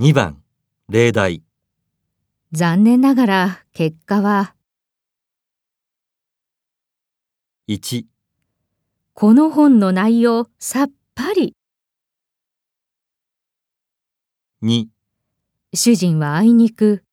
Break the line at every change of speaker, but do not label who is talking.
2番、例題。
残念ながら結果は
1、
この本の内容さっぱり
2、
主人はあいにく